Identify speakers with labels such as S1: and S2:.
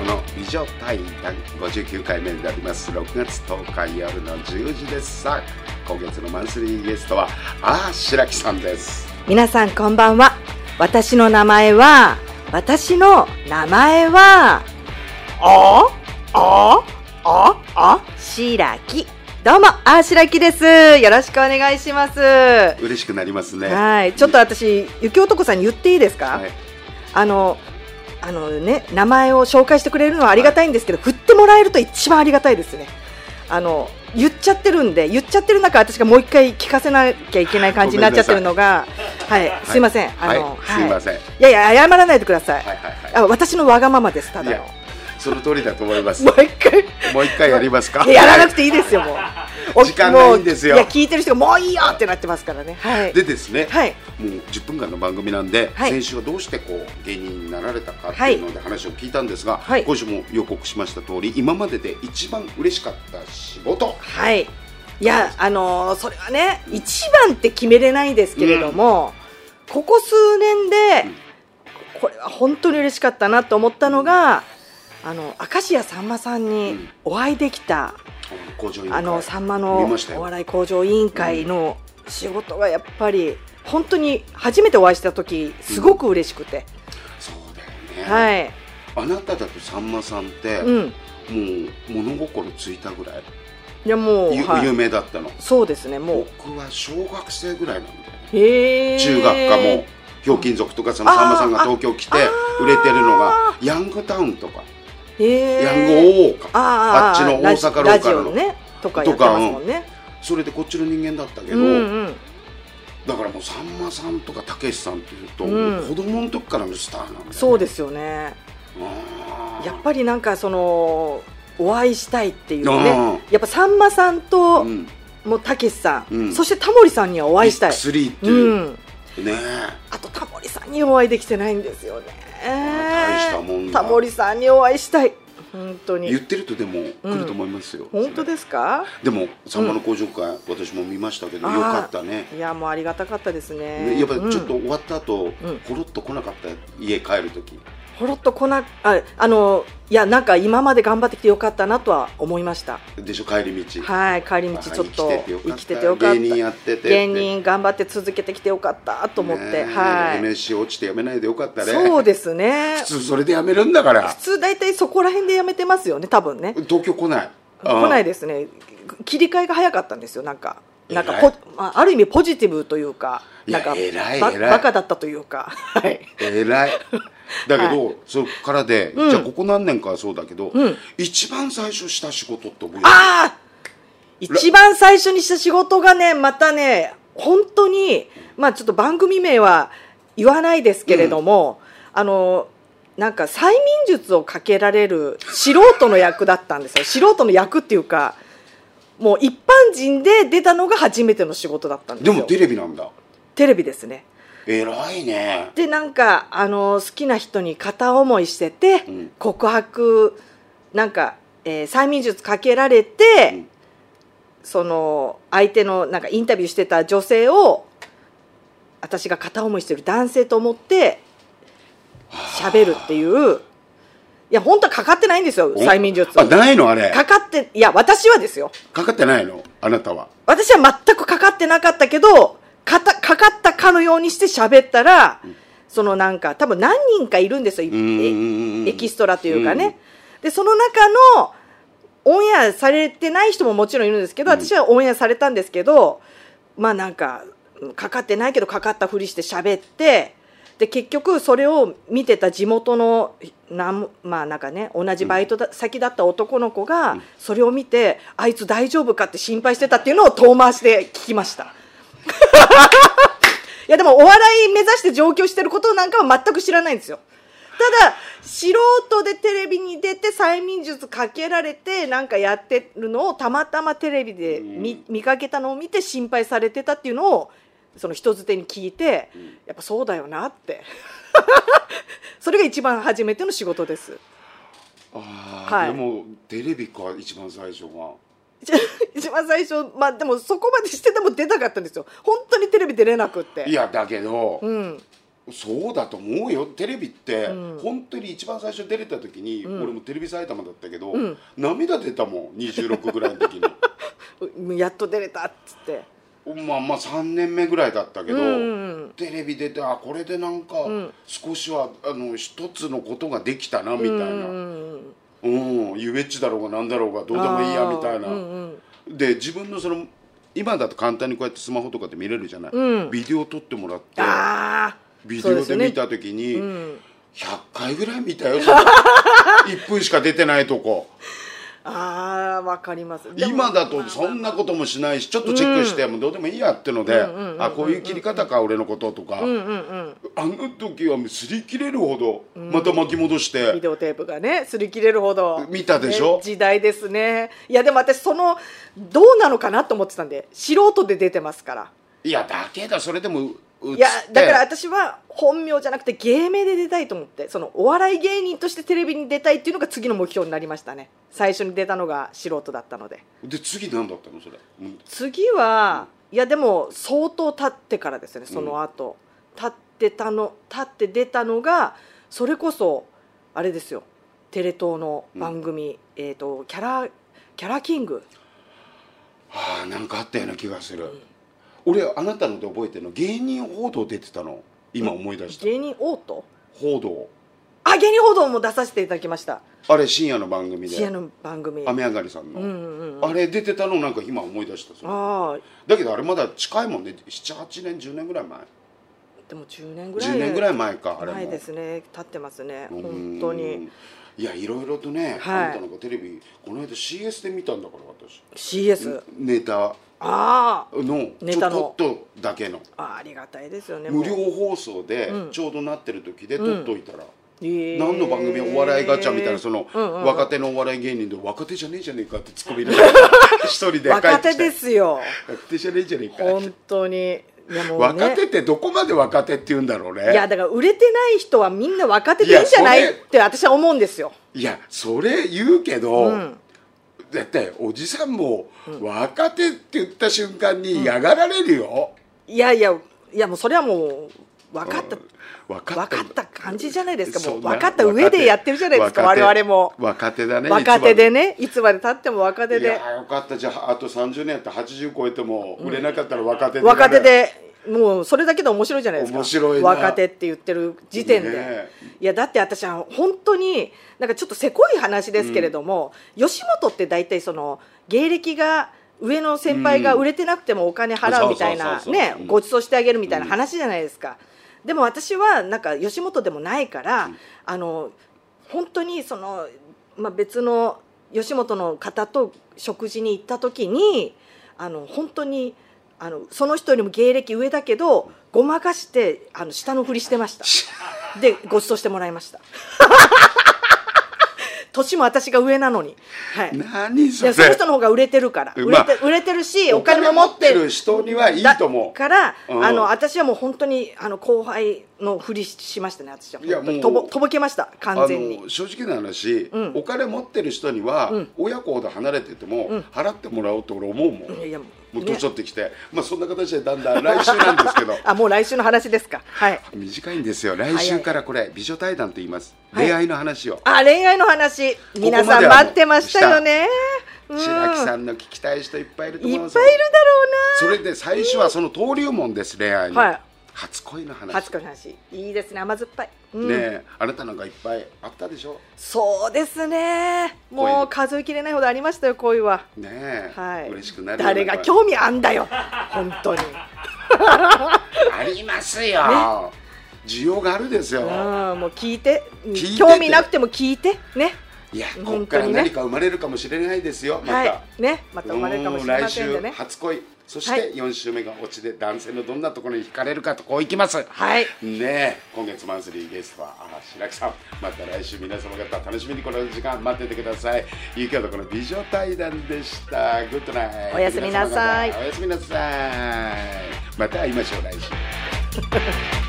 S1: はい、第59回目になります。6月10日夜の10時です。さあ、今月のマンスリーゲストは、あー、白木さんです。
S2: 皆さんこんばんは私の名前は私の名前はああああしらきどうもあしらきですよろしくお願いします
S1: 嬉しくなりますね。
S2: はいちょっと私雪男さんに言っていいですか、
S1: はい
S2: あのあのね名前を紹介してくれるのはありがたいんですけど、振ってもらえると一番ありがたいですねあの言っちゃってるんで言っちゃってる中私がもう一回聞かせなきゃいけない感じになっちゃってるのがはいすいません、
S1: はい
S2: あの、、
S1: すいません。はい
S2: やいや謝らないでください、
S1: いはいはい。
S2: あ私のわがままですただ
S1: い
S2: の
S1: やその通りだと思います
S2: も。う一 回
S1: もう一回やりますか。
S2: いややらなくていいですよもうお
S1: 時間ないんですよ
S2: もういや聞いてる人がもういいよってなってますからねはい
S1: でですね、
S2: はい
S1: もう10分間の番組なんで、
S2: はい
S1: 先週はどうしてこう芸人になられたかっていうので話を聞いたんですが、
S2: はい
S1: 今週も予告しました通り今までで一番嬉しかった仕事
S2: はい。いや、あのーそれはね、一番って決めれないですけれども、ここ数年で、これは本当に嬉しかったなと思ったのが、あの、明石家さんまさん
S1: う
S2: に
S1: ん
S2: お会いできた、
S1: 工場委員会
S2: あの、さんま
S1: 見
S2: の
S1: ましたよ
S2: お笑い向上委員会の仕事がやっぱり、本当に初めてお会いした時、すごく嬉しくて。
S1: そうだよね、
S2: はい。
S1: あなただとさんまさんって、
S2: うん。
S1: もう物心ついたぐらい、
S2: いや、もう、
S1: ゆ
S2: はい
S1: 有名だったの
S2: そうですね、もう。
S1: 僕は小学生ぐらいなんだよ
S2: へー
S1: 中学かもうひょうきん族とかそのさんまさんが東京来て
S2: あー
S1: 売れてるのが
S2: あ
S1: ヤングタウンとか
S2: へー
S1: ヤング大岡
S2: ああ
S1: あっちの大阪ローカルの
S2: ラジオねとかやってますもんね
S1: それでこっちの人間だったけ
S2: う
S1: ど、
S2: んうん
S1: だからもうさんまさんとかたけしさんっていうと、
S2: うん
S1: もう子供の時からのスターなんだよね、
S2: そうですよね
S1: あー
S2: やっぱりなんかそのお会いしたいっていう
S1: うん
S2: ねやっぱさんまさんと、
S1: うん、
S2: もうたけしさん、
S1: うん
S2: そしてタモリさんにはお会いしたい
S1: ビッグ3っていう、
S2: うん
S1: ね
S2: あとタモリさんにお会いできてないんですよね
S1: 大したもんだ
S2: タモリさんにお会いしたい本当
S1: 言っ
S2: に
S1: てるとでも来ると思いますよ、
S2: 本当ですか
S1: でも「さんまの工場会」私も見ましたけど
S2: あー
S1: よかったね
S2: いやもうありがたかったですね
S1: ねやっぱ
S2: うん
S1: ちょっと終わった後、
S2: うん
S1: ほろっと来なかった家帰る時
S2: ほろっとこなああのいやなんか今まで頑張ってきてよかったなとは思いました
S1: でしょ帰り道
S2: はい帰り
S1: あ
S2: 道
S1: ー
S2: ちょっと
S1: 生
S2: 生
S1: き
S2: き
S1: てて
S2: てて
S1: よ
S2: よ
S1: か
S2: か
S1: っ
S2: ったた
S1: 芸人やってて
S2: 芸人頑張って続けてきてよかったと思っ
S1: ね
S2: て
S1: え
S2: はい
S1: NSC 落ちてやめないでよかったね
S2: そうですね
S1: 普通それでやめるんだから
S2: 普通大体そこら辺でやめてますよね多分ね
S1: 東京来ない
S2: 来ない
S1: で
S2: ですね切り替えが早かったんですよなんかなんか
S1: 偉い
S2: ポまあある意味ポジティブというか
S1: いや
S2: なんか
S1: 偉い
S2: ば
S1: 偉い
S2: バカだったというかはい
S1: 偉いだけど、そこからで、
S2: うん
S1: じゃあここ何年かはそうだけど、
S2: うん
S1: 一番最初した仕事って覚えてる
S2: ああ一番最初にした仕事がね、またね、本当に、まあちょっと番組名は言わないですけれども、あの、なんか催眠術をかけられる素人の役だったんですよ。素人の役っていうか、もう一般人で出たのが初めての仕事だったんです
S1: で
S2: よ。
S1: もテレビなんだ
S2: テレビですね。
S1: 偉いね
S2: でなんかあの好きな人に片思いしてて、
S1: うん
S2: 告白なんか、えー催眠術かけられて、
S1: うん
S2: その相手のなんかインタビューしてた女性を私が片思いしてる男性と思って喋るっていういや本当はかかってないんですよ
S1: お
S2: 催眠術
S1: あないのあれ
S2: かかっていや私はですよ
S1: かかってないのあなたは
S2: 私は全くかかってなかったけどかたかかったかのようにして喋ったら、そのなんか多分何人かいるんですよ、
S1: うんうんうんうん
S2: エキストラというかね、でその中のオンエアされてない人ももちろんいるんですけど、私はオンエアされたんですけどまあなんかかかってないけどかかったふりして喋ってで結局それを見てた地元のなんまあなんかね同じバイトだ先だった男の子がそれを見て、あいつ大丈夫かって心配してたっていうのを遠回しで聞きました。いやでもお笑い目指して上京してることなんかは全く知らないんですよ。ただ素人でテレビに出て催眠術かけられてなんかやってるのをたまたまテレビで見,、見かけたのを見て心配されてたっていうのをその人づてに聞いて、やっぱそうだよなって それが一番初めての仕事です。
S1: ああ、
S2: はい
S1: でもテレビか一番最初が
S2: 一一番最初まあでもそこまでしてても出なかったんですよ本当にテレビ出れなくって
S1: いやだけど、
S2: うん
S1: そうだと思うよテレビって、
S2: うん
S1: 本当に一番最初出れた時に、
S2: うん
S1: 俺もテレビ埼玉だったけど、
S2: うん
S1: 涙出たもん26ぐらいの 時に
S2: うやっと出れたっつって
S1: まあまあ3年目ぐらいだったけど、
S2: うんうん
S1: テレビ出てあこれでなんか
S2: ん
S1: 少しは、あの一つのことができたなみたい
S2: うんうん
S1: な、
S2: うんうん
S1: うん、ゆえっちだろうがなんだろうがどうでもいいやみたいな、
S2: あーうん
S1: で自分のその今だと簡単にこうやってスマホとかで見れるじゃない、
S2: うん
S1: ビデオ撮ってもらって
S2: あ
S1: ビデ
S2: そう
S1: オ
S2: です
S1: で
S2: よね
S1: 見た時に、
S2: ーうん
S1: 100回ぐらい見たよ その1分しか出てないとこ
S2: あーわかりますでも
S1: 今だとそんなこともしないしちょっとチェックして、もうどうでもいいやってので、
S2: うんうんうんうん
S1: あこういう切り方か俺のこととか、
S2: うんうんうん
S1: あの時はもう擦り切れるほどまた巻き戻して、
S2: ビデオテープがね擦り切れるほど
S1: 見たでしょ
S2: ね時代ですねいやでも私そのどうなのかなと思ってたんで素人で出てますから
S1: いやだけどそれでもう映って
S2: いやだから私は本名じゃなくて芸名で出たいと思ってそのお笑い芸人としてテレビに出たいっていうのが次の目標になりましたね最初に出たのが素人だったので
S1: で次何だったのそれ、うん
S2: 次は、いやでも相当経ってからですよねその後、経ってたの経って出たのがそれこそあれですよテレ東の番組、えー、とキャラキャラキング
S1: はあなんかあったような気がする、俺あなたので覚えてるの芸人報道出てたの今思い出した、
S2: 芸人オート
S1: 報道
S2: あ芸人報道も出させていただきました
S1: あれ深夜の番組
S2: 深夜
S1: で
S2: の番組
S1: 雨上がりさんの、
S2: うんうんうん
S1: あれ出てたのなんか今思い出したそれ
S2: ああ
S1: だけどあれまだ近いもんね78年10年ぐらい前
S2: でも10年ぐらい
S1: 10年ぐらい前かあれも
S2: 前ですね経ってますね
S1: うん
S2: 本当に
S1: いやいろいろとね、
S2: はい
S1: あなたなんかテレビこの間 CS で見たんだから私
S2: CS
S1: ネタ
S2: ああ
S1: の
S2: ネ
S1: ち
S2: タ
S1: ょ
S2: の
S1: こっとだけの
S2: あありがたいですよねもう
S1: 無料放送で
S2: うん
S1: ちょうどなってる時で撮っといたら、
S2: えー
S1: 何の番組お笑いガチャみたいなその、
S2: うんうんうん
S1: 若手のお笑い芸人で若手じゃねえじゃねえかってツッコミ 入れながら一人で帰ってきて
S2: 若手ですよ
S1: 若手じゃねえじゃねえか、
S2: 本当にいやもうね
S1: 若手ってどこまで若手って言うんだろうね
S2: いやだから売れてない人はみんな若手でいいんじゃない
S1: いやそれ
S2: って私は思うんですよ、
S1: いやそれ言うけど、
S2: うん、
S1: 絶対おじさんも若手って言った瞬間に嫌がられるよ、
S2: いやいやいやもうそれはもう分かった、
S1: 分
S2: 分かった感じじゃないですかもう
S1: そんな
S2: 分かった上でやってるじゃないですか我々も
S1: 若手だね
S2: 若手
S1: いつ
S2: でねいつまでたっても若
S1: ま
S2: 手
S1: いや
S2: で
S1: ーよかったじゃああと30年やったら80超えても売れなかったら若手で、
S2: 若手でもうそれだけで面白いじゃないですか
S1: 面白いな
S2: 若手って言ってる時点で、
S1: ねえ
S2: いやだって私は本当になんかちょっとせこい話ですけれども、吉本って大体その芸歴が上の先輩が売れてなくてもお金払うみたい
S1: うん
S2: な、
S1: そうそうそうそう
S2: ね
S1: うん、
S2: ごちそうしてあげるみたいな話じゃないですか、でも私はなんか吉本でもないから、あの本当にその、まあ、別の吉本の方と食事に行った時にあの本当にあのその人よりも芸歴上だけどごまかしてあの下のふりしてました でご馳走してもらいました年も私が上なのに、はい、
S1: 何そ
S2: いや
S1: れ
S2: その人の方が売れてるから、
S1: う
S2: 売
S1: ま
S2: れ
S1: あ
S2: て売れてるしお
S1: お金
S2: 金も持って
S1: 持ってる人にはいいと思う
S2: だから、
S1: うん
S2: あの私はもう本当にあの後輩のふりしましたね私はい
S1: や
S2: 本当に
S1: も
S2: と
S1: う
S2: ぼとぼけました完全
S1: あ
S2: に
S1: の正直な話、
S2: うん
S1: お金持ってる人には、
S2: うん
S1: 親子ほど離れてても、
S2: ん
S1: 払ってもらおうと俺思うもん、
S2: いやいやもう
S1: もう
S2: ね
S1: 年取ってきて、まあそんな形でだんだん来週なんです けど
S2: あもう来週の話ですかはい
S1: 短いんですよ来週からこれ美女対談と言います、
S2: はい
S1: 恋愛の話を
S2: あ恋愛の話皆
S1: ここま
S2: さ
S1: で
S2: ん
S1: はもう
S2: 待ってましたよねうん
S1: 白木さんの聞きたい人いっぱいいると思
S2: い
S1: い
S2: っぱいい
S1: ま
S2: る
S1: す
S2: だろ
S1: それで最初はその登竜門です恋愛の、
S2: はい
S1: 初恋の
S2: う
S1: 話
S2: な初恋の話いいですね甘酸っぱい、うん
S1: ねえあなたなんかいっぱいあったでしょ
S2: そうですねも
S1: 恋
S2: う数えきれないほどありましたよ恋は
S1: ねえ、
S2: はい
S1: 嬉しくなるよ
S2: 誰が興味あんだよ本当に
S1: ありますよ、需要があるですよ、
S2: うんもう聞いて
S1: いてて
S2: 興味なくても聞いてね
S1: いや、こっ
S2: 本
S1: か
S2: 当
S1: ら
S2: にね
S1: 何か生まれるかもしれないですよ、また。
S2: はいねまた生まれるかもしれませんで
S1: うー
S2: ね
S1: 来週初恋、そし
S2: は
S1: て
S2: い
S1: 4週目がオチで男性のどんなところに惹かれるかとこういきます。ね
S2: はい
S1: え、今月マンスリーゲストはあ白木さん、また来週皆様方楽しみにこの時間待っててください。ゆきはとこの美女対談でした。グッドナイト。
S2: おやすみなさい
S1: 皆様方おやすみなさい。また会いましょう来週。